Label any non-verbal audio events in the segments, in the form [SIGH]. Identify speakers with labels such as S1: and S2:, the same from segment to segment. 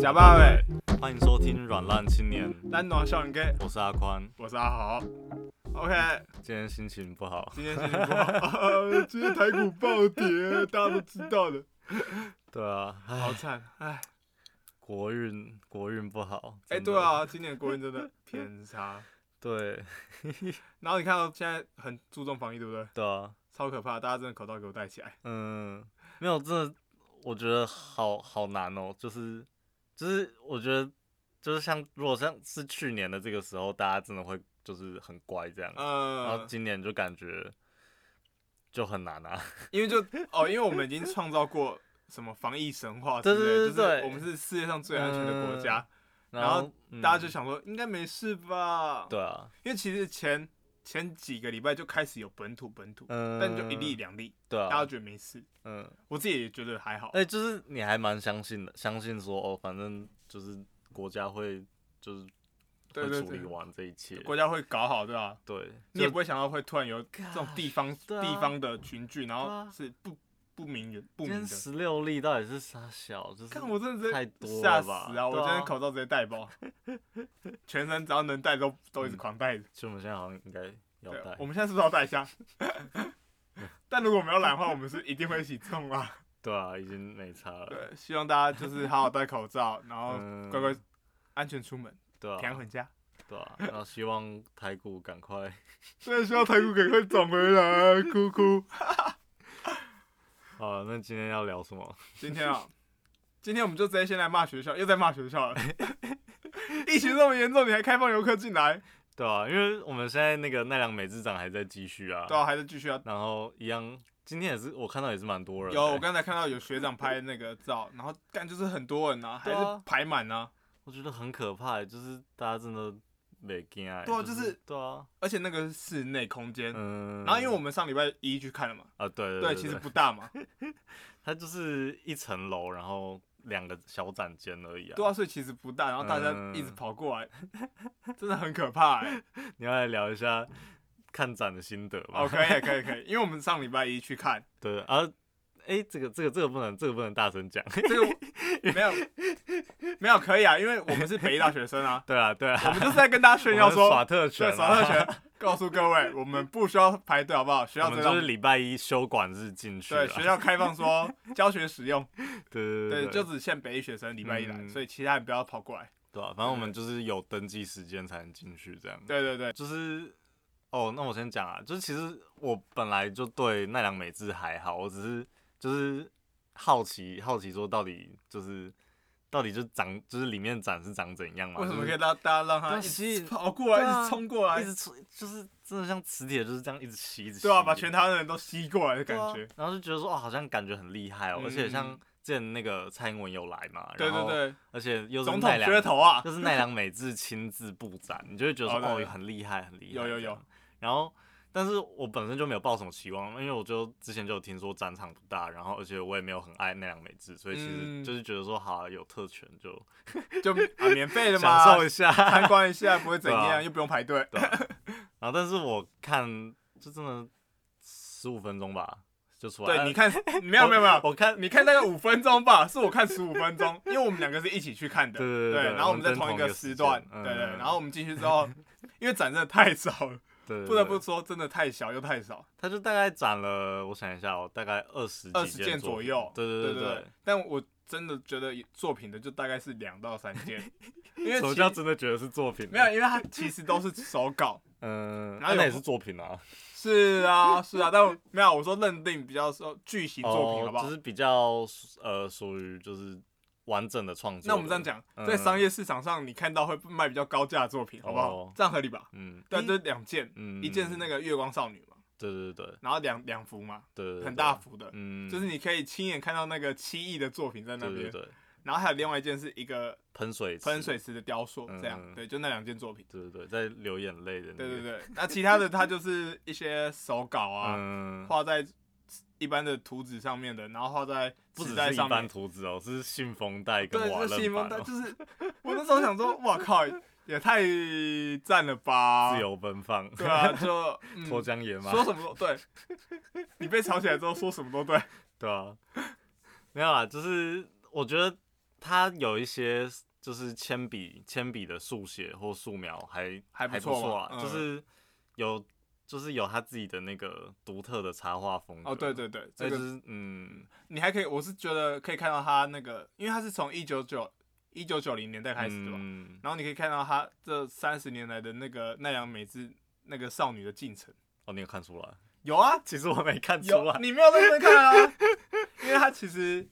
S1: 假爸呗，
S2: 欢迎收听《软烂青年》，
S1: 咱暖少人哥，
S2: 我是阿宽。
S1: 我是阿豪。OK，
S2: 今天心情不好，
S1: 今天心情不好，今天台股暴跌，大家都知道的，
S2: 对啊，唉
S1: 好惨，哎，
S2: 国运国运不好。
S1: 哎，
S2: 真的
S1: 对，啊，今年国人真的偏差。
S2: 对
S1: 然后你看到现在很注重防疫，对不对？
S2: 对啊，
S1: 超可怕，大家真的口罩给我戴起来。
S2: 嗯，没有，真的，我觉得好好难哦，就是就是，我觉得就是像如果像是去年的这个时候，大家真的会就是很乖这样，然后
S1: 嗯，
S2: 今年就感觉就很难啊。
S1: 因为就哦，因为我们已经创造过什么防疫神话之类的，
S2: 对对对对
S1: 就是我们是世界上最安全的国家，
S2: 然
S1: 后大家就
S2: 嗯
S1: 想说应该没事吧？
S2: 对啊，
S1: 因为其实前前几个礼拜就开始有本土本土，
S2: 嗯，
S1: 但就一例两例，
S2: 对啊，
S1: 大家觉得没事，
S2: 嗯。
S1: 我自己也觉得还好。
S2: 哎、就是你还蛮相信的，相信说哦，反正就是国家会就是
S1: 对
S2: 会
S1: 对
S2: 处
S1: 对
S2: 理完这一切，
S1: 国家会搞好，对吧、
S2: 对，
S1: 你也
S2: 就
S1: 不会想到会突然有这种地方、
S2: 对啊
S1: 地方的群聚，然
S2: 对
S1: 后
S2: 啊
S1: 是不不明人不
S2: 今
S1: 明
S2: 天
S1: 的。
S2: 十六例到底是啥小，就是
S1: 看我真的
S2: 太
S1: 是
S2: 多
S1: 吓
S2: 了
S1: 死
S2: 吧？
S1: 啊！我今
S2: 对
S1: 天口罩直接戴
S2: [LAUGHS]
S1: 爆，全身只要能戴都都一直
S2: 嗯
S1: 狂戴着。
S2: 其实我们现在好像应该要
S1: 对啊
S2: 戴，，
S1: 我们现在是不是要戴一下？ [LAUGHS] 但如果我们要懒的话，我们是一定会一起中啊。
S2: [LAUGHS] 对啊，已经没差了，
S1: 对，希望大家就是好好戴口罩，然后
S2: 嗯，
S1: 乖乖安全出门，
S2: 对
S1: 平安
S2: 啊，
S1: 回家。
S2: 对啊，然后希望台股赶快，
S1: 真的希望台股赶快涨回来，哭哭。
S2: 啊，那今天要聊什么？
S1: 今天啊，今天我们就直接先来骂学校，又在骂学校了。 [LAUGHS] 疫情这么严重，你还开放游客进来？
S2: 对啊，因为我们现在那个奈良美智长还在继续啊，
S1: 对啊，还是继续啊。
S2: 然后一样，今天也是我看到也是蛮多人的
S1: 有，
S2: 欸、
S1: 我刚才看到有学长拍那个照，然后干就是很多人啊，还
S2: 对啊
S1: 是排满啊，
S2: 我觉得很可怕欸，就是大家真的没惊哎。
S1: 对啊就是
S2: 是对啊，
S1: 而且那个是室内空间。
S2: 嗯。
S1: 然后因为我们上礼拜一去看了嘛，
S2: 啊，对对
S1: 对，其实不大
S2: [LAUGHS]
S1: 嘛，
S2: 它就是一层楼，然后两个小展间而已啊。
S1: 对啊，所以其实不大。然
S2: 嗯
S1: 后大家一直跑过来，真的很可怕哎、
S2: 你要来聊一下看展的心得吧。
S1: 哦，可以可以可以，因为我们上礼拜一去看
S2: [LAUGHS] 对啊，哎、这个这个这个不能这个不能大声讲。 [LAUGHS]
S1: [LAUGHS] 这个我，没有没有可以啊，因为我们是北医大学生啊，
S2: 对啊对啊，
S1: 我们就是在跟大家炫耀
S2: 我们
S1: 说，
S2: 耍特权、
S1: 对
S2: 啊，
S1: 耍特。
S2: [LAUGHS]
S1: 权，告诉各位，我们不需要排队，好不好？学
S2: 我
S1: 校
S2: 们
S1: 这
S2: 就
S1: 张
S2: 是礼拜一休馆日进去
S1: 对
S2: 了。
S1: 学校开放
S2: [LAUGHS]
S1: 说教学使用，
S2: 对对
S1: 对，
S2: 对，
S1: 就只限北一学生礼拜一来，
S2: 嗯
S1: 所以其他人不要跑过来。
S2: 对啊，反正我们就是有登记时间才能进去这样。
S1: 对对对，
S2: 就是哦，那我先讲啊，就是其实我本来就对奈良美智还好，我只是就是好奇好奇说到底就是到底就长就是里面展是长怎样嘛？
S1: 为什么
S2: 就
S1: 可
S2: 是
S1: 以让大家让
S2: 对
S1: 他
S2: 啊
S1: 一
S2: 吸
S1: 直 [LAUGHS]
S2: 引
S1: 跑过来，
S2: 对啊
S1: 一直冲过来
S2: 一，直出就是真的像磁铁就是这样一直吸一直吸
S1: 对啊，把全台湾的人都吸过来的感
S2: 对啊
S1: 觉。
S2: 然后就觉得说哦，好像感觉很厉害哦，
S1: 嗯
S2: 而且像之前那个蔡英文有来嘛，
S1: 对
S2: 然
S1: 对
S2: 后
S1: 对，
S2: 而且又是
S1: 总统
S2: 奈良
S1: 噱头
S2: [LAUGHS]
S1: 啊，
S2: 就是奈良美智亲自布展，你就会觉得
S1: 哦
S2: 说
S1: 对
S2: 哦
S1: 对
S2: 很厉害，很厉害。
S1: 有有
S2: 这样
S1: 有。
S2: 然后，但是我本身就没有抱什么期望，因为我就之前就有听说展场不大，然后而且我也没有很爱奈良美智，所以其实
S1: 嗯
S2: 就是觉得说好、啊、有特权就
S1: 就啊免费的嘛，
S2: 享受一下。 [LAUGHS]
S1: 参观一下不会怎
S2: 对
S1: 样，
S2: 啊
S1: 又不用排队。
S2: 对啊然后，但是我看就真的十五分钟吧就出来。
S1: 对，
S2: 啊
S1: 你看，没有没有
S2: [LAUGHS]
S1: 没有，
S2: 我看
S1: [LAUGHS] 你看大概五分钟吧， [LAUGHS] 是我看十五分钟，因为我们两个是一起去看的，
S2: 对对对对
S1: 然后我们在
S2: 我们
S1: 同一
S2: 跟同一
S1: 个
S2: 个
S1: 时
S2: 时
S1: 段，
S2: 间
S1: 对对，
S2: 嗯
S1: 然后我们进去之
S2: [LAUGHS]
S1: 后，因为展真的太少了，
S2: 对对
S1: 不得不
S2: 对
S1: 说真的太小又太少，
S2: 他就大概展了，我想一下哦，大概二十
S1: 二
S2: 几
S1: 十件
S2: 作
S1: 左
S2: 品
S1: 右，
S2: 对
S1: 对
S2: 对对。
S1: 但我真的觉得作品的就大概是两到三
S2: [LAUGHS]
S1: 件，因为
S2: 什么
S1: 其
S2: 叫真的觉得是作品呢？
S1: [LAUGHS] 没有，因为它其实都是手稿。
S2: 嗯，
S1: 哪有
S2: 那也是作品啊，
S1: 是啊，是啊，但我没有，我说认定比较说巨型作品，好不好
S2: 哦就？是比较呃属于就是完整的创作。
S1: 那我们这样，讲，
S2: 嗯
S1: 在商业市场上，你看到会卖比较高价的作品，好不好
S2: 哦？
S1: 这样合理吧？
S2: 嗯，
S1: 对，这两件，
S2: 嗯
S1: 一件是那
S2: 个，
S1: 个月光少女嘛，
S2: 对对对
S1: 然后两两幅嘛，
S2: 对对，对
S1: 很大，幅的，
S2: 嗯，
S1: 就是你可以亲眼看到那个七亿的作品在那
S2: 对对
S1: 边。
S2: 对，
S1: 然后还有另外一件是一个
S2: 喷水池
S1: 喷，水池的雕塑，
S2: 嗯
S1: 这样，对，就那两件作品。
S2: 对对对，在流眼泪的，
S1: 对对，对，那其他的它就是一些手稿啊，
S2: 嗯，
S1: 画在一般的图纸上面的，然后画在
S2: 不
S1: 纸
S2: 只
S1: 袋
S2: 是一
S1: 上面
S2: 般。图纸哦，是信封袋跟
S1: 对，
S2: 瓦
S1: 就是
S2: 楞
S1: 信封
S2: 板
S1: 袋，
S2: [LAUGHS] 哦，
S1: 就是我那时候想说，哇靠，也太赞了吧！
S2: 自，由奔放，
S1: 对
S2: [LAUGHS]
S1: 啊，就、嗯、
S2: 脱缰野马，
S1: 说什么都对。 [LAUGHS] 你被吵起来之后，说什么都对。
S2: 对啊，没有啦，就是我觉得他有一些就是铅笔铅笔的速写或素描还
S1: 还不
S2: 不
S1: 错
S2: 错啊，
S1: 嘛嗯
S2: 就是有就是有他自己的那个独特的插画风格。
S1: 哦，对，对对，这
S2: 所以就
S1: 个
S2: 是嗯
S1: 你还可以，我是觉得可以看到他那个，因为他是从一九九一九九零年代开始对吧？
S2: 嗯
S1: 然后你可以看到他这三十年来的那个奈良美智那个少女的进程。
S2: 哦，你有看出来？
S1: 有啊，
S2: 其实我没看出
S1: 有
S2: 来，
S1: 你没有认真看啊，
S2: [LAUGHS]
S1: 因为他其实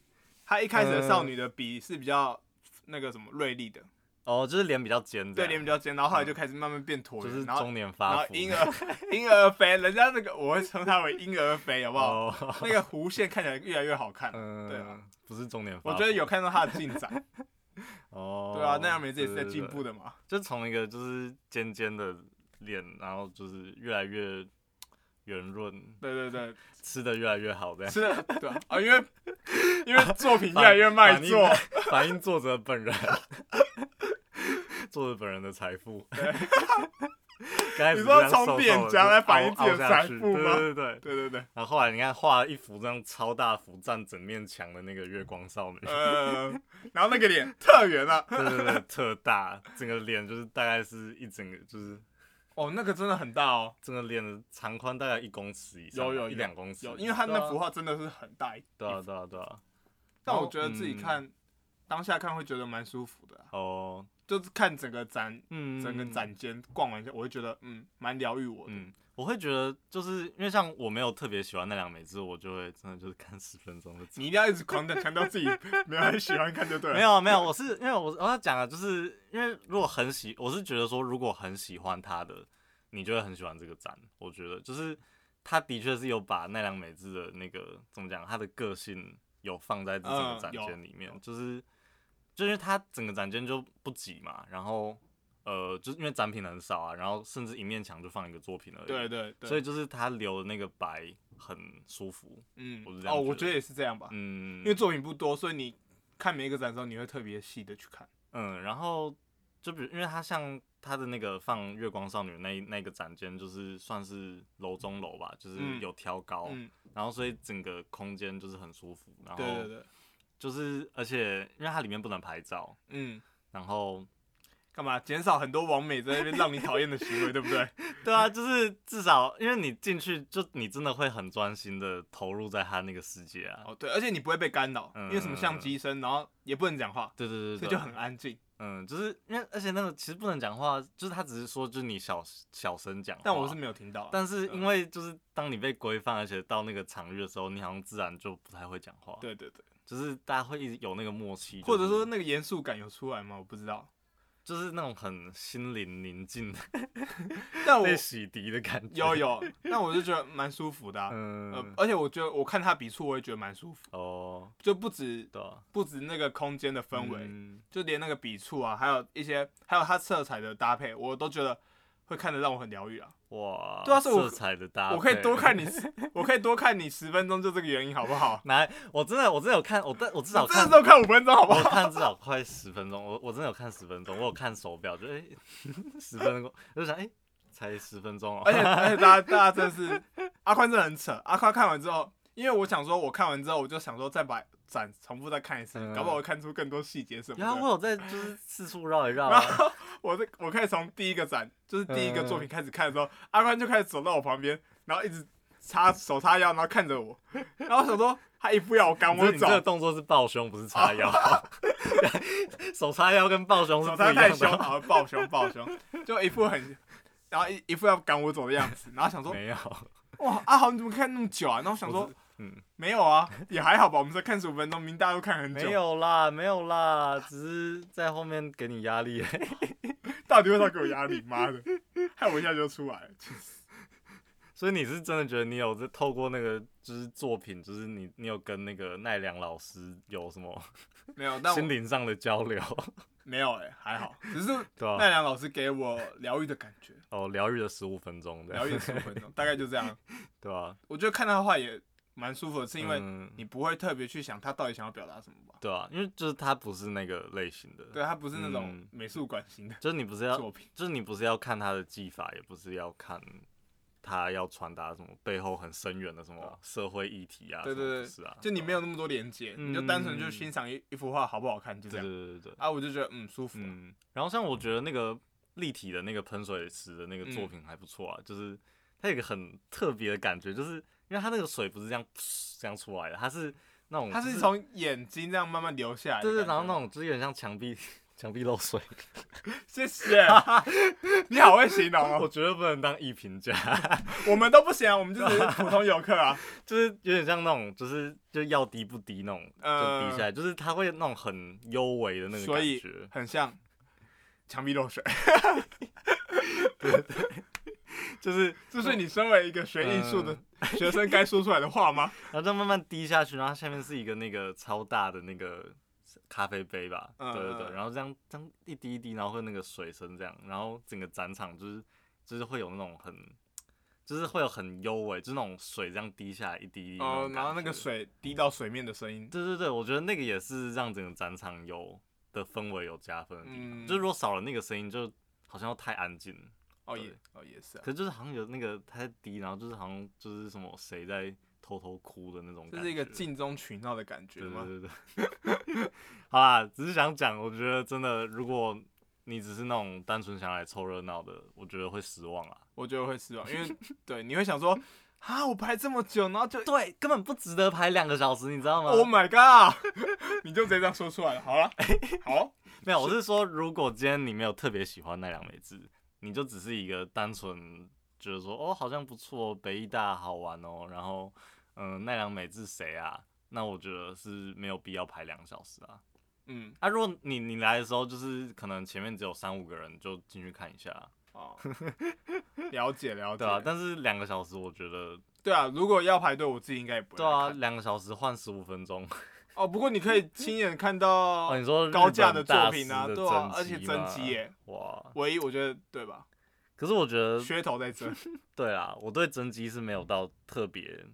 S1: 他一开始的
S2: 嗯
S1: 少女的笔是比较那个什么锐利的，
S2: 哦，就是脸比较尖，
S1: 对，脸比
S2: 较
S1: 较尖，然后后来就开始慢慢变椭
S2: 嗯就
S1: 圆，
S2: 是
S1: 然后
S2: 中年
S1: 然
S2: 发
S1: 后
S2: 福，
S1: 婴
S2: [LAUGHS]
S1: 儿婴儿肥，人家那个我会称它为婴儿肥，好不好？
S2: 哦，
S1: 那个弧线看起来越来越好看，[LAUGHS]
S2: 嗯，
S1: 对啊，
S2: 不是中年发福，
S1: 我觉得有看到它的进展，
S2: 哦，
S1: 对啊，奈良美智也是在进
S2: 的。对对
S1: 步的嘛，
S2: 就从一个就是尖尖的脸，然后就是越来越圆润，
S1: 对对对，
S2: 吃的越来越好这样。
S1: 是
S2: [LAUGHS]
S1: 的，对啊，啊因为因为作品越来越卖座，
S2: 反映反映作者本人，作者本人的财富。刚开始
S1: 你说
S2: 这样瘦
S1: 从
S2: 瘦
S1: 脸
S2: 的
S1: 颊
S2: 就
S1: 来反映
S2: 凹
S1: 自己的
S2: 凹下
S1: 财
S2: 去
S1: 富吗
S2: 对对对对。
S1: 对对对，
S2: 然后后来你看画了一幅这样超大幅占整面墙的那个月
S1: [LAUGHS]
S2: 光少女，
S1: 呃，然后那个脸特圆啊，
S2: 对对对，特大，整个脸就是大概是一整个就是
S1: 哦，那个真的很大哦，
S2: 整个脸的长宽大概一公尺以上，
S1: 有有
S2: 一两公尺以上，
S1: 有，因为他
S2: 对
S1: 那
S2: 啊
S1: 幅画真的是很大一，
S2: 对啊，对啊，对啊。
S1: 但我
S2: 然后
S1: 觉得自己
S2: 嗯
S1: 看、当下看会觉得蛮舒服的啊、
S2: 哦，
S1: 就是看整个展
S2: 嗯，
S1: 整个展间逛完一下，我会觉得嗯蛮疗愈我的。
S2: 嗯，我会觉得就是因为像我没有特别喜欢那两美字，我就会真的就是看十分钟的。
S1: 你一定要一直狂的强调自己 [LAUGHS] 没有很喜欢看就对了。
S2: [LAUGHS] 没，有没有，我是因为我我要讲的，就是因为如果很喜，我是觉得说如果很喜欢他的，你就会很喜欢这个展。我觉得就是他的确是有把奈良美智的那个怎么讲，他的个性有放在这整
S1: 嗯
S2: 个展
S1: 有
S2: 间里面，就是就因为他整个展间就不挤嘛，然后呃，就是因为展品很少啊，然后甚至一面墙就放一个作品而已，
S1: 对对对，
S2: 所
S1: 以
S2: 以就是他留的那个白很舒服，
S1: 嗯
S2: 我是这样
S1: 哦，我
S2: 觉
S1: 觉
S2: 得
S1: 得也是这样吧，
S2: 嗯，
S1: 因为作品不多，所以你看每一个展的时候，你会特别细的去看。
S2: 嗯，然后就比如，因为他像他的那个放月光少女那一那个展间，就是算是楼中楼吧，就是
S1: 嗯
S2: 有挑高，
S1: 嗯，
S2: 然后所以整个空间就是很舒服，哦然
S1: 对对
S2: 后
S1: 对，
S2: 就是而且因为它里面不能拍照，
S1: 嗯。
S2: 然后
S1: 干嘛减少很多网美在那边让你讨厌的行
S2: [LAUGHS]
S1: 为，对不对？
S2: 对啊，就是至少因为你进去就你真的会很专心的投入在他那个世界啊，
S1: 哦，对，而且你不会被干扰，
S2: 嗯
S1: 因为什么相机声，然后也不能讲话，
S2: 对对对对，
S1: 所以就很安静。
S2: 嗯，就是因为而且那个其实不能讲话，就是他只是说就是你小小声讲话，
S1: 但我是没有听到啊，
S2: 但是因为就是当你被规范，而且到那个场域的时候，你好像自然就不太会讲话。，
S1: 对对对，
S2: 就是大家会一直有那个默契，
S1: 或者
S2: 就是
S1: 说那个严肃感有出来吗？我不知道，
S2: 就是那种很心灵宁静、
S1: 但我
S2: 被洗涤的感觉。
S1: 哦有，有，但我就觉得蛮舒服的啊、
S2: 嗯，
S1: 呃，而且我觉得我看他笔触，我也觉得蛮舒服，
S2: 哦，
S1: 就不止
S2: 对啊，
S1: 不止那个空间的氛围，
S2: 嗯
S1: 就连那个笔触啊，还有一些还有他色彩的搭配，我都觉得会看得让我很疗愈啊。
S2: 哇，
S1: 对啊所以我
S2: 色彩的搭配，
S1: 我可以多看你，我可以多看你十分钟，就这个原因好不
S2: [LAUGHS]
S1: 好？
S2: 来，我真的我真的有看，我但我至少
S1: 这
S2: 看
S1: 时。候看五分钟好不
S2: 我
S1: 好？
S2: 看至少快十分钟，我我真的有看十分钟，我有看手表，就哎、十分钟，我就想哎、才十分钟哦
S1: 而，且而且大家大家真的是阿宽真的很扯，阿宽看完之后，因为我想说，我看完之后我就想说再把展重复再看一次，
S2: 嗯
S1: 搞不好我看出更多细节什么
S2: 然后
S1: 的。
S2: 我有在就是四处绕一
S1: [LAUGHS]
S2: 绕、
S1: 然
S2: 啊，
S1: 后我在我可以从第一个展，就是第一个
S2: 嗯
S1: 作品开始看的时候，阿宽就开始走到我旁边，然后一直叉手叉腰，然后看着我， [LAUGHS] 然后我想说他一副要我赶我
S2: 你这
S1: 走
S2: 个，动作是抱胸，不是叉 [LAUGHS] 腰。手叉腰跟抱胸是
S1: 手
S2: 不
S1: 叉
S2: 一
S1: 太
S2: 样
S1: 凶，
S2: 的。
S1: 好抱胸抱胸，就一副很，然后一一副要赶我走的样子，然后想说
S2: [LAUGHS] 没有，
S1: 哇阿豪你怎么看那么久啊？然后想说
S2: 我是嗯，
S1: 没有啊，也还好吧。我们才看十五分钟，明明大家都看很久，
S2: 没有啦，没有啦，只是在后面给你压力。欸
S1: 到底为啥给我压力？妈的，害我一下就出来了。
S2: [LAUGHS]
S1: [LAUGHS]
S2: 所以你是真的觉得你有在透过那个就是作品，就是你你有跟那个奈良老师有什么
S1: 没有，但
S2: 心
S1: 我
S2: 灵上的交流，
S1: 没有哎、还
S2: [LAUGHS]
S1: 好，只是
S2: 对吧、
S1: 奈良老师给我疗愈的感觉，
S2: 哦，疗愈了十五分钟这
S1: 疗
S2: 样， [LAUGHS]
S1: 愈十五分钟，大概就这样。
S2: 对吧、
S1: 我觉得看他的话也蛮舒服的，是因为
S2: 嗯
S1: 你不会特别去想他到底想要表达什么吧？
S2: 对啊，因为就是它不是那个类型的，
S1: 对，，他不是那种
S2: 嗯
S1: 美术馆型的
S2: 就是你不是要，
S1: 作品，
S2: 就是你不是要看它的技法，也不是要看它要传达什么背后很深远的什
S1: 对啊
S2: 么社会议题啊，
S1: 对对对
S2: 是啊，
S1: 就你没有那么多连接，
S2: 嗯
S1: 你就单纯就欣赏一一幅画好不好看，就这
S2: 对，对
S1: 样。
S2: 对对对，
S1: 啊，我就觉得嗯舒服啊，
S2: 嗯，然后像我觉得那个立体的那个喷水池的那个作
S1: 嗯
S2: 品还不错啊，就是它有一个很特别的感觉，就是因为它那个水不是这样这样出来的，它是那种
S1: 它
S2: 就是
S1: 从眼睛这样慢慢流下来的
S2: 对对，
S1: 感觉
S2: 然后那种就是有点像墙壁 [LAUGHS] 墙壁漏水，
S1: 谢谢， [LAUGHS] 你好会形容
S2: 我
S1: 哦，
S2: 觉得不能当一评价，
S1: 我们都不行啊，我们就只是普通游客
S2: [LAUGHS]
S1: 啊，
S2: 就是有点像那种就是就要滴不滴那种，就滴下来，就是它会那种很幽微的那个
S1: 嗯所
S2: 感
S1: 以
S2: 觉，
S1: [LAUGHS] 很像墙壁漏
S2: [LAUGHS]
S1: 水。
S2: 就是
S1: 这是你身为一个学艺术的
S2: 嗯
S1: 学生该说出来的话
S2: [LAUGHS]
S1: 吗？
S2: 然后这样慢慢滴下去，然后它下面是一个那个超大的那个咖啡杯吧，
S1: 嗯
S2: 对对对，
S1: 嗯
S2: 然后这样这样一滴一滴，然后会有那个水声这样，然后整个展场就是就是会有那种很，就是会有很幽微，就是那种水这样滴下来一滴一滴那种
S1: 哦，
S2: 感觉
S1: 然后那个，水滴到水面的声音，
S2: 对对对，我觉得那个也是让整个展场有的氛围有加分的地方，
S1: 嗯
S2: 就是如果少了那个声音，就好像太安静了，
S1: 哦
S2: 对
S1: 也哦也是啊，
S2: 可是就是好像有那个它在滴，然后就是好像就是什么谁在偷偷哭的那种感觉，
S1: 这是一个静中取闹的感觉
S2: 对
S1: 吗？
S2: 对对对， [LAUGHS] 好啦，只是想讲，我觉得真的，如果你只是那种单纯想来凑热闹的，我觉得会失望啦。
S1: 我觉得会失望，因
S2: [LAUGHS]
S1: 为对你会想说啊，我排这么久，然后就
S2: 对，根本不值得排两个小时，你知道吗？ [LAUGHS]
S1: Oh my god，你就直接这样说出来了。好了，好，
S2: 没有，我是说，如果今天你没有特别喜欢奈良美智，你就只是一个单纯觉得说，哦，好像不错，北艺大好玩哦，然后，嗯、奈良美智谁啊？那我觉得是没有必要排两个小时啊。 [LAUGHS]
S1: 嗯，
S2: 啊，如果你你来的时候，就是可能前面只有三五个人，就进去看一下啊、
S1: 哦，了解了解。
S2: 对啊，但是两个小时，我觉得
S1: 对啊，如果要排队，我自己应该也不会
S2: 对啊，
S1: 来看。
S2: 两个小时换十五分钟。
S1: 哦，不过你可以亲眼看到
S2: 哦，你说日
S1: 高
S2: 本
S1: 价的
S2: 大
S1: 作
S2: 师
S1: 品啊，
S2: 的
S1: 对啊，而
S2: 真
S1: 且
S2: 迹
S1: 真
S2: 嘛
S1: 机耶，
S2: 哇！
S1: 唯一我觉得对吧？
S2: 可是我觉得
S1: 噱头在这，
S2: 对啦，我对真机是没有到特别，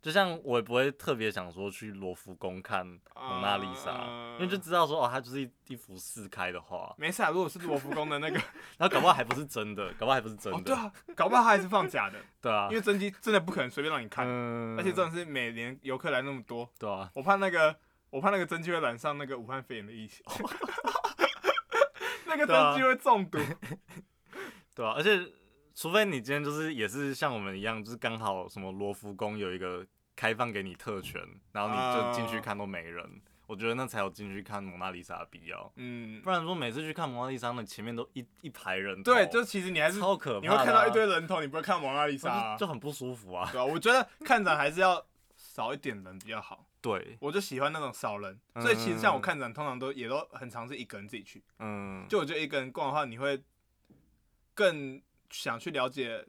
S2: 就像我也不会特别想说去罗浮宫看 [LAUGHS] 蒙娜丽莎，因为就
S1: 嗯
S2: 知道说哦，它就是一一幅四开的画，
S1: 没事啊。如果是罗浮宫的那个，
S2: [LAUGHS] 然后搞不好还不是真的，搞不好还不是真
S1: 哦，对
S2: 的，
S1: 啊，搞不好他还是放假的，
S2: 对啊
S1: 因，为真机真的不可能随便让你看，
S2: 嗯
S1: 而且真的是每年游客来那么多，
S2: 对啊，
S1: 我怕那个，我怕那个真菌会染上那个武汉肺炎的疫情，
S2: 哦 [LAUGHS]
S1: 那个真菌会中毒。
S2: 对啊，而且除非你今天就是也是像我们一样，就是刚好什么罗浮宫有一个开放给你特权，然后你就进
S1: 啊
S2: 去看都没人，我觉得那才有进去看蒙娜丽莎的必要。
S1: 嗯，
S2: 不然说每次去看蒙娜丽莎，那前面都一一排人头，
S1: 对，就其实你还是
S2: 哦超可怕、啊，
S1: 你会看到一堆人头，你不会看蒙娜丽莎啊、
S2: 就，就很不舒服啊。 [LAUGHS]
S1: 对吧、我觉得看展还是要少一点人比较好，
S2: 对，
S1: 我就喜欢那种少人，
S2: 嗯
S1: 所以其实像我看展，通常都也都很常是一个人自己去。
S2: 嗯，
S1: 就我觉得一个人逛的话，你会更想去了解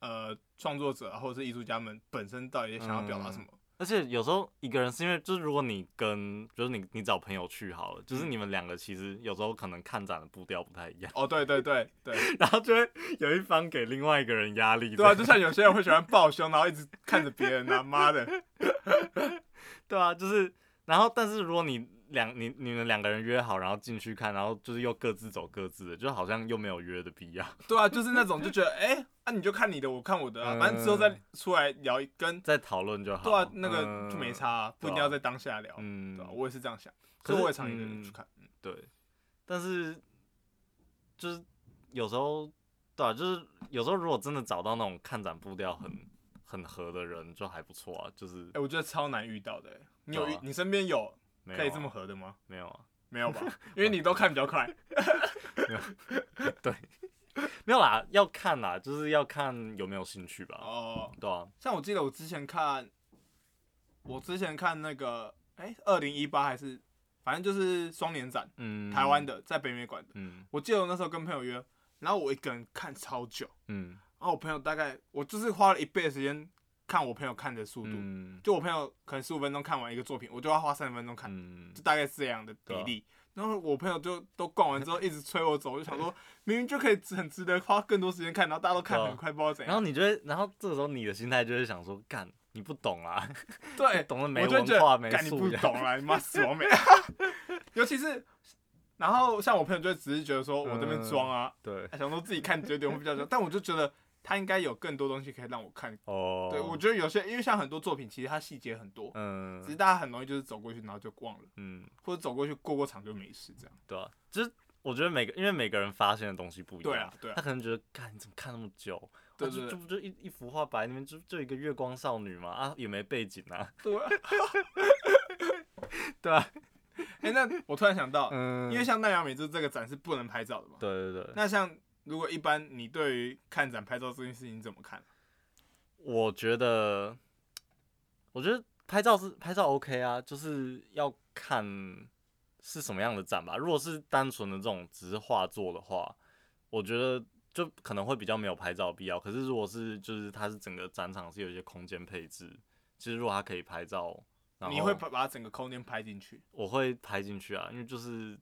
S1: 呃创作者啊或者是艺术家们本身到底想要表达什么。
S2: 而且有时候一个人是因为就是如果你跟就是你你找朋友去好了，就是
S1: 嗯
S2: 你们两个其实有时候可能看展的步调不太一样， [LAUGHS]
S1: 哦，对对对对，
S2: 然后就会有一方给另外一个人压力。
S1: 对啊，就像有些人会喜欢抱胸，然后一直看着别人啊，妈的，
S2: 对啊，就是，然后但是如果你两你你们两个人约好，然后进去看，然后就是又各自走各自的，就好像又没有约的必要， [LAUGHS]
S1: 对啊，就是那种就觉得，哎、啊，你就看你的，我看我的、啊，反正之后再出来聊一根，
S2: 再讨论嗯就好。
S1: 对啊，那个就没差、
S2: 嗯。
S1: 啊，不一定要在当下聊，
S2: 嗯，
S1: 对啊，我也是这样想，
S2: 可
S1: 所
S2: 是嗯
S1: 以我也常一个人去看，
S2: 对，但是就是有时候，对啊，就是有时候如果真的找到那种看展步调很很合的人，就还不错啊。就是
S1: 哎、我觉得超难遇到的、哎你有
S2: 对
S1: 遇
S2: 啊
S1: 你身边有
S2: 没有、啊、
S1: 可以这么合的吗？
S2: 没有啊，
S1: 没有吧，
S2: [LAUGHS]
S1: 因为你都看比较快，
S2: 没有啦，要看啦，就是要看有没有兴趣吧。
S1: 哦，
S2: 对啊，
S1: 像我记得我之前看，我之前看那个，哎、2二零一八还是，反正就是双年展，
S2: 嗯，
S1: 台湾，的，在北美馆的。
S2: 嗯
S1: 我记得我那时候跟朋友约，然后我一个人看超久，
S2: 嗯，
S1: 然啊后我朋友大概我就是花了一倍的时间看我朋友看的速度，
S2: 嗯
S1: 就我朋友可能十五分钟看完一个作品，我就要花三十分钟看，
S2: 嗯啊
S1: 就大概是这样的比例。然后我朋友就都逛完之后一直催我走，我就想
S2: [LAUGHS]
S1: 说明明就可以很值得花更多时间看，然后大家都看
S2: 对啊
S1: 很快，不知道怎
S2: 然
S1: 样。
S2: 后你就会，然后这个时候你的心态就会想说，干，你不懂啊， [LAUGHS]
S1: 对，
S2: 懂得没
S1: 我就觉
S2: 文化没
S1: 得，干你
S2: 素
S1: 不
S2: 养。
S1: 懂啦，你妈死
S2: [LAUGHS]
S1: 亡美。尤其是，然后像我朋友就只是觉得说我这边装啊，
S2: 对，
S1: 想说自己看九点我比较装，但我就觉得他应该有更多东西可以让我看。
S2: 哦，
S1: 对，我觉得有些因为像很多作品，其实它细节很多，只是
S2: 嗯
S1: 大家很容易就是走过去，然后就忘了，
S2: 嗯，
S1: 或者走过去过过场就没事这样。
S2: 对啊，就是我觉得每个因为每个人发现的东西不一样，
S1: 对啊，对
S2: 他
S1: 啊，
S2: 可能觉得，看你怎么看那么久？
S1: 对对
S2: 啊
S1: 对
S2: 就就就一一幅画摆那边，就就一个月光少女嘛，啊，也没背景啊，
S1: 对 [LAUGHS] 啊。
S2: 对啊，
S1: 哎，那我突然想到，
S2: 嗯
S1: 因为像奈良美智这个展是不能拍照的嘛。
S2: 对对对，
S1: 那像如果一般你对于看展拍照这件事情怎么看？
S2: 我觉得，我觉得拍照是拍照 OK 啊，就是要看是什么样的展吧。如果是单纯的这种只是画作的话，我觉得就可能会比较没有拍照必要。可是如果是就是它是整个展场是有一些空间配置，其实如果它可以拍照，然后
S1: 你会把把整个空间拍进去？
S2: 我会拍进去啊，因为就是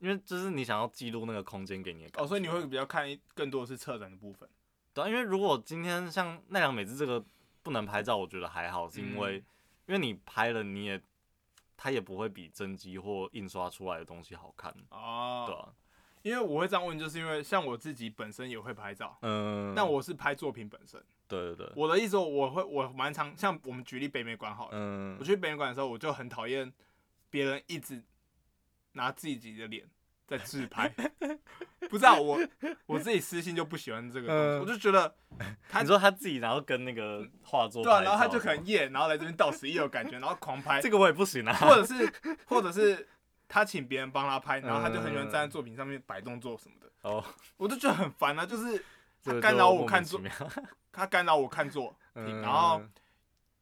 S2: 因为就是你想要记录那个空间给你的感
S1: 哦，所以你
S2: 觉
S1: 会比较看一更多的是策展的部分。
S2: 对啊、因为如果今天像奈良美智这个不能拍照，我觉得还好，是因
S1: 嗯
S2: 为、因为你拍了你也它也不会比真机或印刷出来的东西好看，对
S1: 哦，
S2: 啊，
S1: 因为我会这样问，就是因为像我自己本身也会拍照，
S2: 嗯，
S1: 但我是拍作品本身。
S2: 对对对，
S1: 我的意思说，我会我蛮常像我们举例北美馆好了，
S2: 嗯
S1: 我，去北美馆的时候，我就很讨厌别人一直拿自己的脸在自
S2: [LAUGHS]
S1: 拍，不知道、我我自己私心就不喜欢这个东西，
S2: 嗯
S1: 我就觉得他
S2: 你说他自己然后跟那个画作
S1: 对啊，
S2: 拍
S1: 然后他
S2: 照
S1: 就可能
S2: 吗
S1: 耶，然后来这边倒数一有感觉，然后狂拍，
S2: [LAUGHS] 这个我也不行啊，
S1: 或者是或者是他请别人帮他拍，然后他就很喜欢站在作品上面摆动作什么的，
S2: 嗯哦，
S1: 我就觉得很烦啊，就是
S2: 这
S1: 他
S2: 个
S1: 干
S2: 就
S1: 扰
S2: 莫
S1: 我
S2: 名
S1: 看
S2: 其
S1: 作， [LAUGHS]
S2: 妙，
S1: 他干扰我看作品，
S2: 嗯，
S1: 然后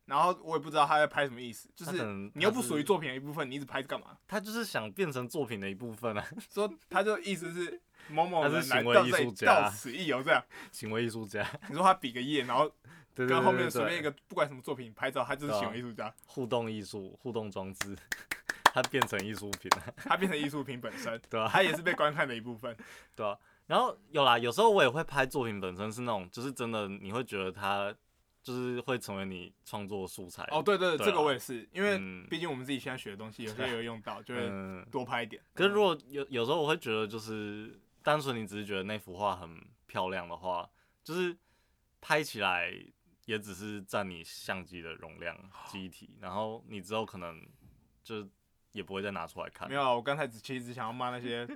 S1: 然后我也不知道他在拍什么意思，就
S2: 他
S1: 是
S2: 可能
S1: 你又
S2: 他
S1: 不属于
S2: 是
S1: 作品的一部分，你一直拍是干嘛？
S2: 他就是想变成作品的一部分啊，
S1: [LAUGHS] 说他就意思是某某
S2: 他是
S1: 人来
S2: 行为
S1: 到
S2: 艺
S1: 这里
S2: 术家
S1: 到此一游这样，
S2: 行为艺术家，
S1: 你说他比个耶，然后
S2: 对对
S1: 跟
S2: 对
S1: 后面
S2: 对
S1: 随便
S2: 对
S1: 一个不管什么作品拍照，他就是
S2: 对啊
S1: 行为艺术家，
S2: 互动艺术互动装置， [LAUGHS] 它变成艺术品了，
S1: 他变成艺术品本身，
S2: 对啊。
S1: 他也是被观看的一部分。
S2: 对啊，然后有啦，有时候我也会拍作品，本身是那种，就是真的你会觉得它就是会成为你创作素材。
S1: 哦，，对对，
S2: 对
S1: 这个
S2: 啊
S1: 我也是，因为
S2: 嗯
S1: 毕竟我们自己现在学的东西，有些也有用到，就会
S2: 嗯。
S1: 多拍一点。
S2: 可是如果有有时候我会觉得，就是单纯你只是觉得那幅画很漂亮的话，就是拍起来也只是占你相机的
S1: [LAUGHS]
S2: 容量机体，然后你之后可能就也不会再拿出来看
S1: 没。有啊，我刚才只其实只想要骂那
S2: [LAUGHS]
S1: 些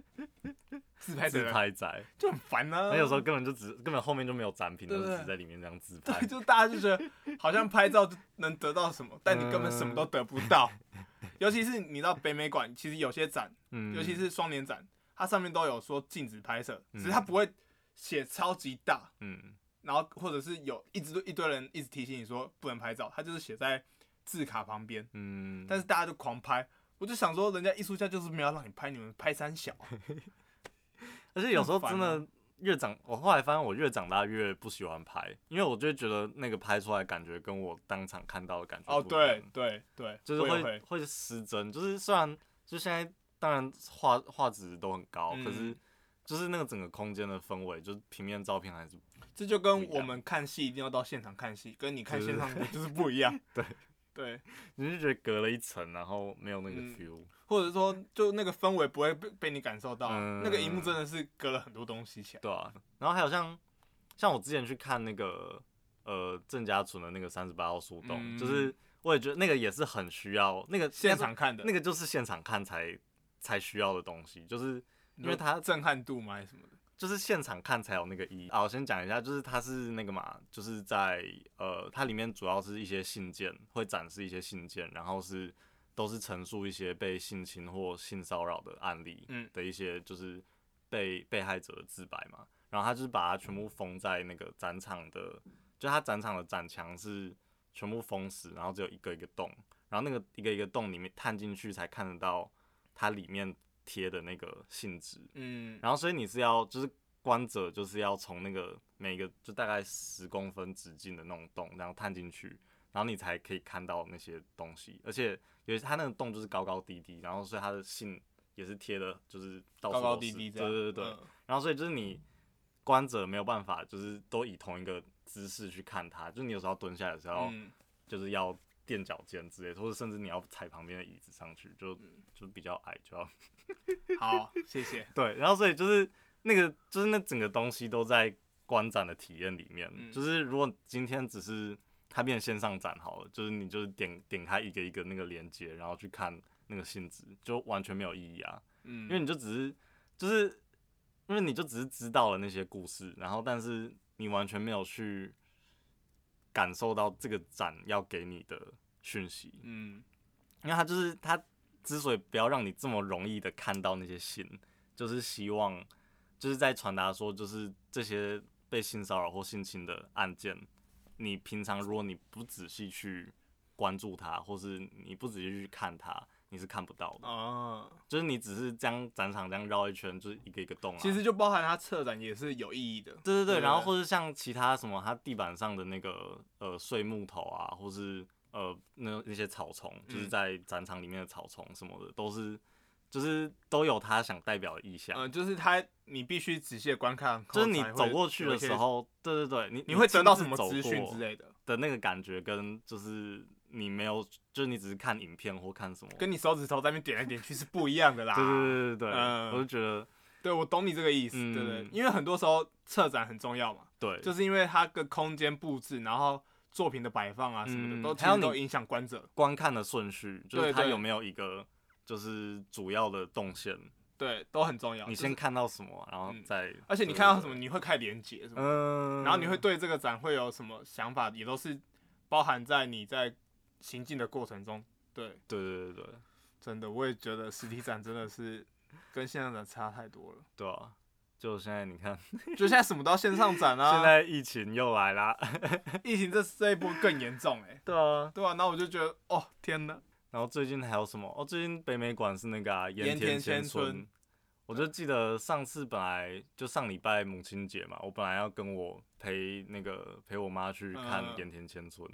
S1: 自拍的
S2: 自
S1: 人，
S2: 拍仔，
S1: 就很烦呢、啊。
S2: 那有时候根本就只根本后面就没有展品，
S1: 对
S2: 都
S1: 对
S2: 是只在里面这样自拍
S1: [LAUGHS] 对，。就大家就觉得好像拍照就能得到什么，但你根本什么都得不到。 [LAUGHS] 尤其是你到北美馆，其实有些展，
S2: 嗯，
S1: 尤其是双年展，它上面都有说禁止拍摄，只
S2: 嗯
S1: 是它不会写超级大，
S2: 嗯
S1: 然后或者是有一直一堆人一直提醒你说不能拍照，它就是写在字卡旁边。
S2: 嗯，
S1: 但是大家就狂拍。我就想说，人家艺术家就是没有要让你拍，你们拍三
S2: [LAUGHS]
S1: 小。啊
S2: 而且有时候
S1: 很烦啊
S2: 真的越长，我后来发现我越长大越不喜欢拍，因为我就会觉得那个拍出来感觉跟我当场看到的感觉
S1: 哦，
S2: 不一样
S1: 对对对，
S2: 啊就是
S1: 我也
S2: 会会失真，就是虽然就现在当然画画质都很高，可是
S1: 嗯
S2: 就是那个整个空间的氛围，就是平面照片还是
S1: 这就
S2: 不
S1: 跟
S2: 一样
S1: 我们看戏一定要到现场看戏，跟你看
S2: 对
S1: 线
S2: 对
S1: 上就是不一样。
S2: 对
S1: 对，
S2: 你就觉得隔了一层，然后没有那个
S1: 嗯
S2: feel，、
S1: 或者说就那个氛围不会被被你感受到，
S2: 嗯
S1: 那个荧幕真的是隔了很多东西起来。
S2: 对啊。然后还有像像我之前去看那个呃郑家纯的那个三十八号树洞，
S1: 嗯
S2: 就是我也觉得那个也是很需要那个
S1: 现场看的
S2: 那个就是现场看才才需要的东西，就是因为它
S1: 震撼度嘛，还是什么的。
S2: 就是现场看才有那个意义啊。我先讲一下，就是它是那个嘛，就是在呃，它里面主要是一些信件，会展示一些信件，然后是都是陈述一些被性侵或性骚扰的案例，
S1: 嗯
S2: 的一些就是被被害者的自白嘛。然后他就是把它全部封在那个展场的，就他展场的展墙是全部封死，然后只有一个一个洞，然后那个一个一个洞里面探进去才看得到它里面贴的那个信纸，
S1: 嗯，
S2: 然后所以你是要就是观者就是要从那个每个就大概十公分直径的那种洞，然后探进去，然后你才可以看到那些东西。而且有些它那个洞就是高高低低，然后所以它的信也是贴的，就是到处
S1: 高高
S2: 都
S1: 低
S2: 是
S1: 低这
S2: 对
S1: 样。
S2: 对对对。
S1: 嗯
S2: 然后所以就是你观者没有办法，就是都以同一个姿势去看它，就是你有时候要蹲下，有时候要
S1: 嗯，
S2: 就是要垫脚尖之类的，或者甚至你要踩旁边的椅子上去，就
S1: 嗯
S2: 就比较矮，就要
S1: 好，谢
S2: [LAUGHS]
S1: 谢。
S2: 对，然后所以就是那个，就是那整个东西都在观展的体验里面。
S1: 嗯
S2: 就是如果今天只是它变线上展好了，就是你就是点点开一个一个那个连接，然后去看那个性质，就完全没有意义啊，
S1: 嗯，
S2: 因为你就只是就是因为你就只是知道了那些故事，然后但是你完全没有去感受到这个展要给你的讯息，
S1: 嗯
S2: 因为他就是他之所以不要让你这么容易的看到那些信，就是希望就是在传达说，就是这些被性骚扰或性侵的案件，你平常如果你不仔细去关注它，或是你不仔细去看它，你是看不到的。
S1: 哦，
S2: 就是你只是这样展场这样绕一圈，就是一个一个洞啊。
S1: 其实就包含它策展也是有意义的。
S2: 对对对，
S1: 对
S2: 然后或者像其他什么，它地板上的那个呃碎木头啊，或是呃那那些草丛，就是
S1: 嗯
S2: 在展场里面的草丛什么的，都是就是都有它想代表的意象。
S1: 嗯、就是它你必须仔细地观看，
S2: 就是你
S1: 才会
S2: 走过去
S1: 有
S2: 的
S1: 一些
S2: 时，候，对对对，你
S1: 你会得到什
S2: 亲自
S1: 么
S2: 走
S1: 资讯
S2: 过
S1: 之类的，
S2: 的那个感觉，跟就是你没有，就是你只是看影片或看什么，
S1: 跟你手指头在那边点来点去是不一样的啦。
S2: [LAUGHS] 对对对对对，
S1: 嗯
S2: 我就觉得
S1: 对我懂你这个意思，对对
S2: 嗯，
S1: 因为很多时候策展很重要嘛，
S2: 对，
S1: 就是因为它的空间布置，然后作品的摆放啊什么的，
S2: 嗯
S1: 都其
S2: 还有
S1: 实
S2: 你
S1: 都影响观者。
S2: 观看的顺序，就是
S1: 对
S2: 它
S1: 对
S2: 有没有一个就是主要的动线，
S1: 对，都很重要。
S2: 你
S1: 啊就是
S2: 先，看到什么，然后
S1: 嗯
S2: 再，
S1: 而且你
S2: 对
S1: 看到
S2: 对
S1: 什
S2: 对
S1: 么，你会开始连接什么，
S2: 嗯，
S1: 然后你会对这个展会有什么想法，也都是包含在你在行进的过程中。对，
S2: 对对对对
S1: 真的，我也觉得实体展真的是跟线上展差太多了。
S2: 对啊！就现在你看，
S1: 就现在什么都要线上展啊，
S2: [LAUGHS] 现在疫情又来啦，
S1: 疫情这这一波更严重哎、
S2: 对啊。
S1: [LAUGHS] 对啊，然后我就觉得，哦天哪，
S2: 然后最近还有什么？哦，最近北美馆是那个、啊、
S1: 盐
S2: 田
S1: 田
S2: 千
S1: 千
S2: 春
S1: 春，
S2: 我就记得上次本来就上礼拜母亲节嘛，我本来要跟我陪那个陪我妈去看
S1: 嗯
S2: 盐田千春，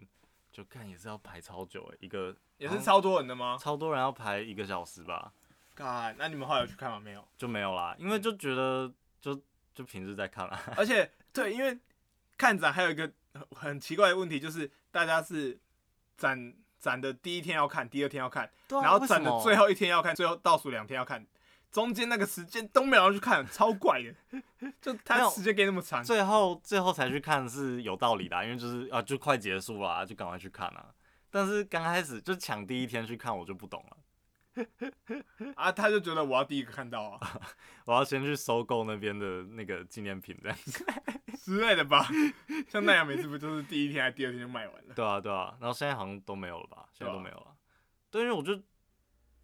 S2: 就看也是要排超久欸诶、一个
S1: 也
S2: 好
S1: 是
S2: 像
S1: 超多人的吗？
S2: 超多人要排一个小时吧，
S1: God，那你们后来有去看吗？没有。
S2: 就没有啦，因
S1: 嗯
S2: 为就觉得就就平时在看啦，啊
S1: 而且对，因为看展还有一个很很奇怪的问题，就是大家是展展的第一天要看，第二天要看，然后展的最后一天要看，最后倒数两天要看，中间那个时间都没有人去看，超怪的。就
S2: 没
S1: 他
S2: 有
S1: 时间给那么长，
S2: 最后最后才去看是有道理的啊、因为就是啊，就快结束啦，就赶快去看啊。但是刚开始就抢第一天去看，我就不懂了。
S1: 啊，他就觉得我要第一个看到啊
S2: 我要先去收购那边的那个纪念品，这样子。 [LAUGHS]
S1: 之类的吧。像奈良美智不就是第一天还是第二天就卖完了？
S2: 对啊，对啊。然后现在好像都没有了吧？现在
S1: 对啊
S2: 都没有了。对，因为我就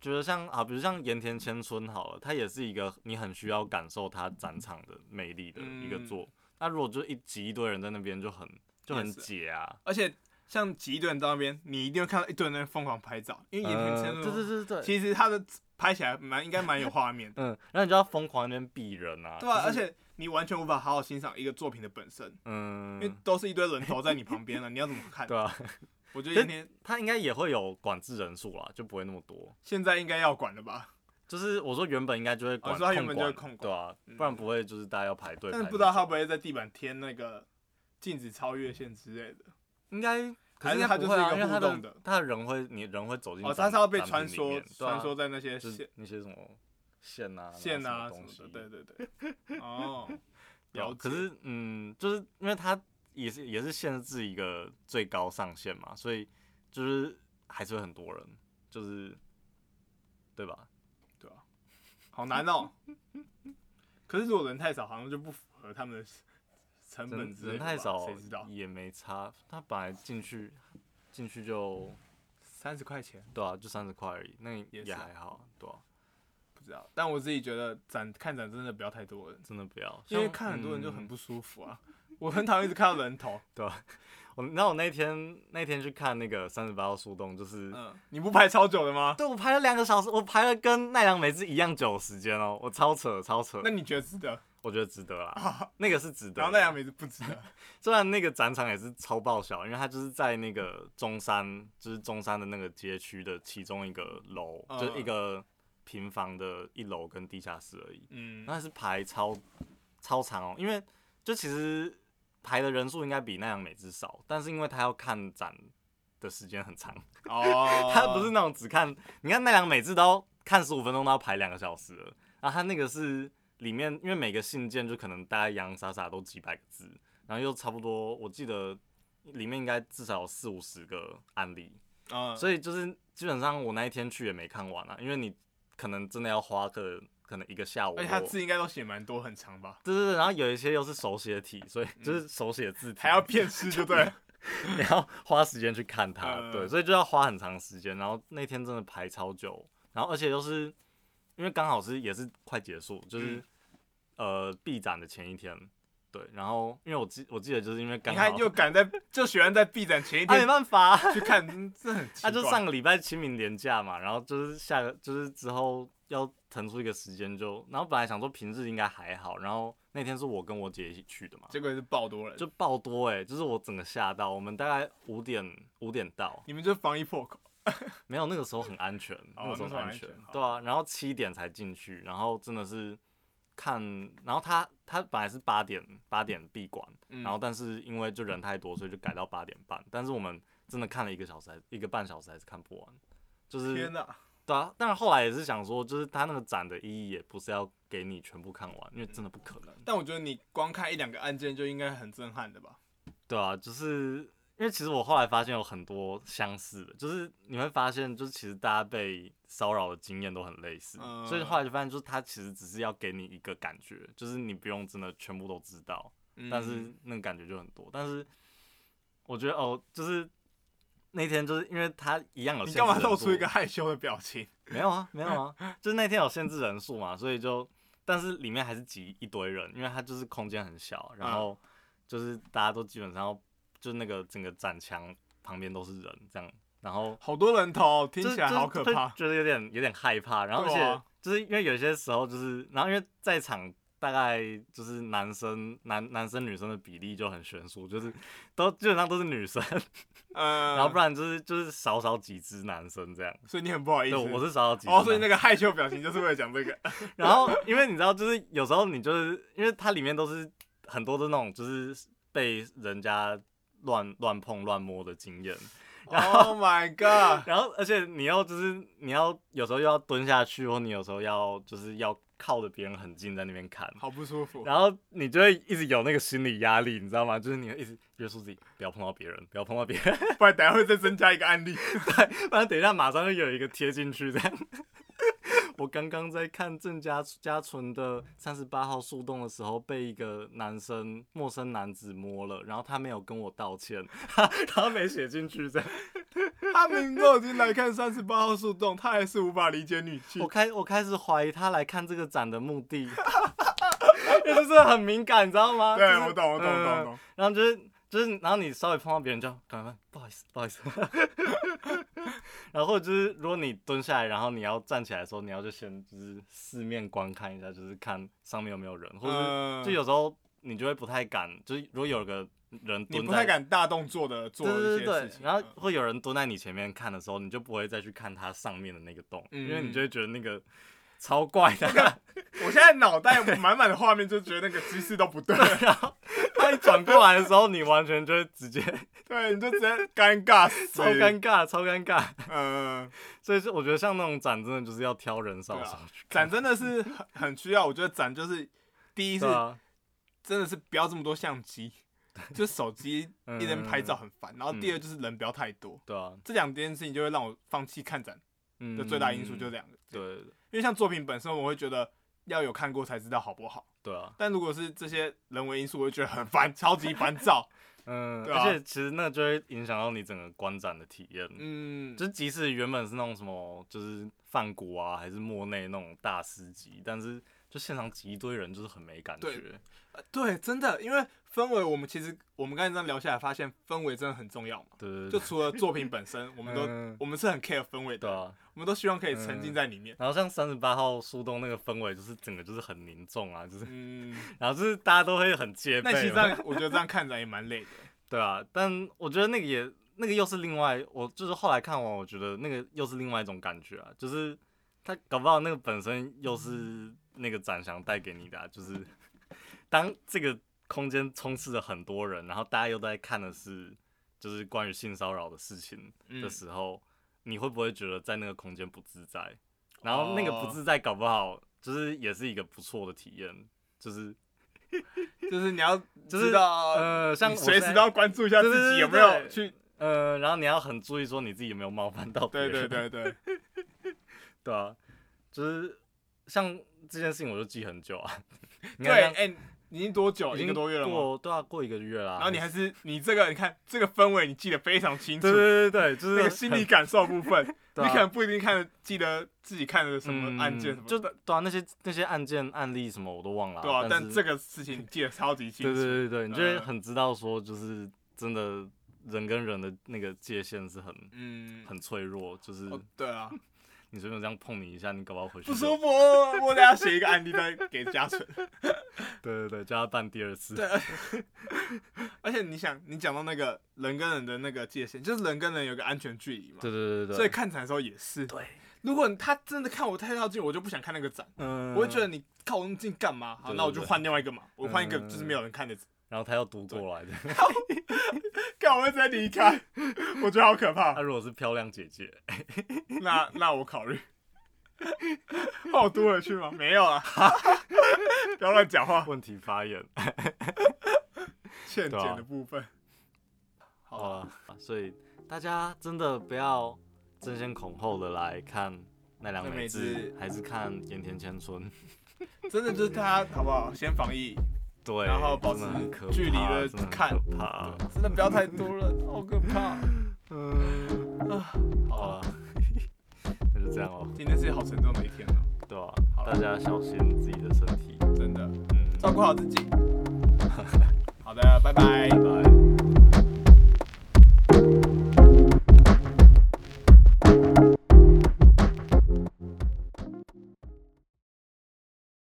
S2: 觉得像啊，比如像盐田千春好了，它也是一个你很需要感受它展场的魅力的一个
S1: 嗯
S2: 作。那、如果就一挤一堆人在那边，就很就很
S1: 也是
S2: 解啊。
S1: 而且像极端到那边，你一定会看到一堆人在疯狂拍照，因为岩田千
S2: 呃对对
S1: 春，
S2: 对对，
S1: 其实他的拍起来蛮应该蛮有画
S2: [LAUGHS]
S1: 面的。
S2: 嗯，然后你就要疯狂在那边避人啊。
S1: 对啊，
S2: 就
S1: 而
S2: 是
S1: 且你完全无法好好欣赏一个作品的本身，因为
S2: 嗯，
S1: 都是一堆人头在你旁边了，你要怎么看？
S2: 对啊， [LAUGHS]
S1: 我觉得今天
S2: 他应该也会有管制人数啦，就不会那么多。
S1: 现在应该要管了吧，
S2: 就是我说原本应该就会管，
S1: 哦说他原
S2: 控
S1: 本就会
S2: 管
S1: 控管
S2: 对啊，
S1: 嗯
S2: 不然不会就是大家要排队。
S1: 但是
S2: 排
S1: 不知道
S2: 很久
S1: 他会不会在地板贴那个禁止超越线之类的。
S2: 应该，可
S1: 还
S2: 应
S1: 是
S2: 该
S1: 他
S2: 不
S1: 就是
S2: 会啊，
S1: 一
S2: 因
S1: 个
S2: 为他
S1: 互动
S2: 的
S1: 的
S2: 他的人会，你人会走进
S1: 哦，
S2: 展
S1: 他是要被
S2: 展
S1: 穿
S2: 品里面
S1: 梭
S2: 对啊
S1: 穿梭在那些
S2: 就是
S1: 线
S2: 那些什么线啊、
S1: 线
S2: 啊
S1: 啊
S2: 东
S1: 什
S2: 西
S1: 么。的，对对对。
S2: [LAUGHS]
S1: 哦，
S2: 有，
S1: 了
S2: 可
S1: 解
S2: 是嗯，就是因为它也是也是限制一个最高上限嘛，所以就是还是会很多人，就是对吧？
S1: 对啊，好难哦。可是如果人太少，好像就不符合他们的成
S2: 人
S1: 本之类
S2: 人
S1: 的吧
S2: 太少
S1: 谁知道？
S2: 也没差，他本来进去进去就
S1: 三十块钱
S2: 对啊，就三十块而已，那
S1: 也
S2: 也
S1: 是
S2: 还好，对啊，
S1: 不知道，但我自己觉得展看展真的不要太多人。
S2: 真的不要，
S1: 因为
S2: 像
S1: 看很多人就很
S2: 嗯
S1: 不舒服啊。我很讨厌一直看到人
S2: [LAUGHS]
S1: 头，
S2: 我，然后我那天那天去看那个三十八号树洞，就是。
S1: 嗯，你不排超久的吗？
S2: 对，我排了两个小时，我排了跟奈良美智一样久的时间哦，我超扯超扯
S1: 那，你觉得值得？
S2: 我觉得值得啦，那个是值得的。
S1: 然后那两枚是不值
S2: [LAUGHS]
S1: 得，
S2: 虽然那个展场也是超爆小，因为它就是在那个中山，就是中山的那个街区的其中一个楼，
S1: 嗯
S2: 就是一个平房的一楼跟地下室而已。
S1: 嗯，
S2: [LAUGHS] 那是排超超长哦，因为就其实排的人数应该比奈良美智少，但是因为他要看展的时间很长，
S1: 哦
S2: 他不是那种只看，你看奈良每次都要看十五分钟都要排两个小时了，然后他那个是里面，因为每个信件就可能大概洋洋洒洒都几百个字，然后又差不多，我记得里面应该至少有四五十个案例，
S1: 嗯，
S2: 所以就是基本上我那一天去也没看完啊，因为你可能真的要花个可能一个下午
S1: 而
S2: 或，
S1: 且他字应该都写蛮多，很长吧？
S2: 对对对，然后有一些又是手写体，所以就是手写字体，
S1: 嗯还要辨识，就对了。
S2: 你要花时间去看它，
S1: 嗯
S2: 对，所以就要花很长时间。然后那天真的排超久，然后而且又是因为刚好是也是快结束，就是、
S1: 嗯
S2: 呃闭展的前一天，对。然后因为我记我记得就是因为 [LAUGHS] 刚
S1: 你
S2: 好
S1: 看，又敢在就喜欢在闭展前一
S2: 啊没
S1: 天
S2: 办法，
S1: 去看，嗯这很 [LAUGHS] 奇怪。
S2: 他、就上个礼拜清明连假嘛，然后就是下个就是之后要腾出一个时间就，然后本来想说平日应该还好，然后那天是我跟我姐一起去的嘛，
S1: 结果也是爆多人，
S2: 就爆多哎、就是我整个吓到，我们大概五点五点到，
S1: 你们就防疫破口，
S2: 没有，那个时候很安全，哦那个时候很安全
S1: 那时候很安全，
S2: 对啊。然后七点才进去，然后真的是看，然后他他本来是八点八点闭馆，
S1: 嗯
S2: 然后但是因为就人太多，所以就改到八点半。但是我们真的看了一个小时还，一个半小时还是看不完，就是
S1: 天哪！
S2: 对啊。但是后来也是想说，就是他那个展的意义也不是要给你全部看完，因为真的不可能，
S1: 但我觉得你光看一两个案件就应该很震撼的吧？
S2: 对啊，就是。因为其实我后来发现有很多相似的，就是你会发现，就是其实大家被骚扰的经验都很类似，
S1: 嗯
S2: 所以后来就发现，就是他其实只是要给你一个感觉，就是你不用真的全部都知道，
S1: 嗯
S2: 但是那个感觉就很多。但是我觉得哦，就是那天就是因为他一样有
S1: 你
S2: 限制
S1: 干嘛
S2: 人
S1: 露出
S2: 数
S1: 一个害羞的表情？
S2: [LAUGHS] 没有啊，没有啊，就是那天有限制人数嘛，所以就，但是里面还是挤一堆人，因为它就是空间很小，然后
S1: 嗯
S2: 就是大家都基本上要，就是那个整个展墙旁边都是人这样，然后
S1: 好多人头，听
S2: 就是
S1: 起来好可怕。
S2: 就是会觉得有点有点害怕，然后而
S1: 对啊
S2: 且就是因为有些时候就是，然后因为在场。大概就是男生男男生女生的比例就很悬殊，就是 [LAUGHS] 都基本上都是女生，
S1: 嗯，
S2: 然后不然就是就是少少几只男生这样。
S1: 所以你很不好意
S2: 对，
S1: 思。
S2: 我是少少几只男生。
S1: 哦，所以那个害羞表情就是为了讲
S2: [LAUGHS]
S1: 这个。
S2: 然后因为你知道，就是有时候你就是因为它里面都是很多的那种，就是被人家乱乱碰乱摸的经验。
S1: Oh my god！
S2: 然后而且你要就是你要有时候又要蹲下去，或你有时候要就是要靠着别人很近在那边看。
S1: 好不舒服。
S2: [LAUGHS] 然后你就会一直有那个心理压力，你知道吗？就是你会一直约束自己不要碰到别人，不要碰到别人，
S1: 不然等下会再增加一个案例。
S2: [LAUGHS] 不然等一下马上就有一个贴进去这样。 [LAUGHS] 我刚刚在看郑家家纯的三十八号树洞的时候，被一个男生陌生男子摸了，然后他没有跟我道歉，他没写进去这样。
S1: 他明明都已经来看三十八号树洞，他还是无法理解女性
S2: 我。开我开始怀疑他来看这个展的目 [LAUGHS] 的，因为这真的很敏感，你知道吗？
S1: 对
S2: 就是，
S1: 我懂，我懂，
S2: 嗯
S1: 懂懂。
S2: 然后就是就是，然后你稍微碰到别人就赶快不好意思，不好意思。 [LAUGHS] 然后就是如果你蹲下来，然后你要站起来的时候，你要就先就是四面观看一下，就是看上面有没有人，或者
S1: 嗯
S2: 就有时候你就会不太敢，就是如果有个人
S1: 你
S2: 蹲
S1: 不太
S2: 在。
S1: 敢大动作的做
S2: 对
S1: 一
S2: 对
S1: 些
S2: 对
S1: 事
S2: 对，
S1: 情。嗯
S2: 然后会有人蹲在你前面看的时候，你就不会再去看他上面的那个洞，因为
S1: 嗯
S2: 你就会觉得那个超怪的。 [LAUGHS]
S1: 我现在脑袋满满的画面，就觉得那个姿势都不对。
S2: 然后他一转过来的时候，你完全就会直接 [LAUGHS]
S1: 对，你就直接尴尬死。
S2: 超尴尬，超尴尬。
S1: 嗯，
S2: 所以是我觉得像那种展，真的就是要挑人
S1: 啊
S2: 少的时候去看。
S1: 展真的是很很需要，我觉得展就是第一是
S2: 对啊，
S1: 真的是不要这么多相机，就手机
S2: 嗯
S1: 一人拍照很烦。然后第二就是人不要太多，
S2: 对啊，
S1: 这两件事情就会让我放弃看展
S2: 嗯
S1: 的最大因素就是两个。，
S2: 对
S1: 因为像作品本身，我会觉得要有看过才知道好不好。
S2: 对啊，
S1: 但如果是这些人为因素，我会觉得很 [LAUGHS] 烦，超级烦躁。
S2: 嗯，
S1: 对啊
S2: 而且其实那就会影响到你整个观展的体验。
S1: 嗯，
S2: 就是即使原本是那种什么，就是梵谷啊，还是莫内那种大师级，但是就现场挤一堆人，就是很没感觉
S1: 对。对，真的，因为氛围，我们其实我们刚才这样聊下来，发现氛围真的很重要嘛。
S2: 对对
S1: 就
S2: 对，
S1: 除了作品本身，我们都、
S2: 嗯
S1: 我们是很 care 氛围
S2: 对
S1: 的，
S2: 啊。嗯
S1: 我们都希望可以沉浸在里面。
S2: 然后像三十八号树洞那个氛围，就是整个就是很凝重啊，就是 [LAUGHS]
S1: 嗯，
S2: 然后就是大家都会很戒备。
S1: 那其实这样，我觉得这样看着也蛮累的。
S2: 对啊，但我觉得那个也那个又是另外，我就是后来看完，我觉得那个又是另外一种感觉啊，就是他搞不好那个本身又是那个展翔带给你的、啊，就是 [LAUGHS] 当这个空间充斥着很多人，然后大家又在看的是就是关于性骚扰的事情的
S1: 嗯
S2: 时候，你会不会觉得在那个空间不自在？然后那个
S1: 哦
S2: 不自在，搞不好就是也是一个不错的体验，就是
S1: 就是你要
S2: [LAUGHS] 就是
S1: 知道，
S2: 呃，像
S1: 哦你
S2: 我
S1: 随
S2: 现
S1: 时
S2: 在
S1: 都要关注一下
S2: 对对
S1: 自己
S2: 对
S1: 有没有
S2: 对
S1: 去，
S2: 呃，然后你要很注意说你自己有没有冒犯到别
S1: 对
S2: 人，
S1: 对对对，
S2: [LAUGHS] 对啊，就是像这件事情我就记很久
S1: [LAUGHS]
S2: 啊，你
S1: 对，
S2: 看像
S1: 哎、已经多久？一
S2: 已经
S1: 个多月了吗？
S2: 过对啊，过一个月啦。
S1: 然后你还是你这个，你看这个氛围，你记得非常清楚
S2: 对。对对对，就是
S1: 那个
S2: 很
S1: 心理感受部分，你
S2: [LAUGHS] 对啊
S1: 可能不一定看得记得自己看的什么案件
S2: 嗯
S1: 什么的，
S2: 就对啊，那些那些案件案例什么我都忘了啊，
S1: 对啊，但
S2: 是
S1: 这个事情你记得超级清
S2: 对
S1: 楚。
S2: 对对对，你就会
S1: 嗯
S2: 很知道说，就是真的人跟人的那个界限是很
S1: 嗯，
S2: 很脆弱，就是
S1: 哦对啊，
S2: 你随便这样碰你一下，你搞不好回去
S1: 不
S2: 就
S1: 舒服， [LAUGHS] 我等下写一个案例再给嘉诚。
S2: 对对对，叫他办第二次。
S1: 对 [LAUGHS] 呃而且你想，你讲到那个人跟人的那个界限，就是人跟人有个安全距离嘛，
S2: 对对对对，
S1: 所以看展的时候也是。
S2: 对，
S1: 如果他真的看我太靠近，我就不想看那个展，
S2: 嗯
S1: 我会觉得你靠我那么近干嘛？好，
S2: 对
S1: 那我
S2: 对
S1: 就
S2: 对
S1: 换另外一个嘛，我换一个
S2: 嗯
S1: 就是没有人看的展，
S2: 然后他要读过来的。
S1: 干我会直接离开， [LAUGHS] 我觉得好可怕
S2: 他。如果是漂亮姐姐，
S1: 那那我考虑。 [LAUGHS] 哦那我嘟回去吗？没有啊， [LAUGHS] 不要乱讲话。
S2: 问题发言。
S1: 欠
S2: 对啊哦
S1: 检的部分。好
S2: [LAUGHS] 好
S1: 啊，
S2: 了，所以大家真的不要争先恐后的来看奈良美
S1: 奈良美
S2: 智，还是看盐田
S1: [LAUGHS]
S2: 千春。
S1: 真的就是大家好不好？先防疫，
S2: 对，
S1: 然后保
S2: 真的
S1: 持
S2: 很可
S1: 距离
S2: 怕
S1: 的
S2: 真的很
S1: 看
S2: 可怕。
S1: 真的不要太多了，好可怕。
S2: 嗯，好
S1: 啊
S2: 了，那 [LAUGHS] 就这样哦，
S1: 今天是好沉重的一天哦，
S2: 对吧、
S1: 好
S2: 大家小心自己的身体，
S1: 真的，
S2: 嗯，
S1: [LAUGHS] 照顾好自己。好的，拜拜。
S2: 拜拜。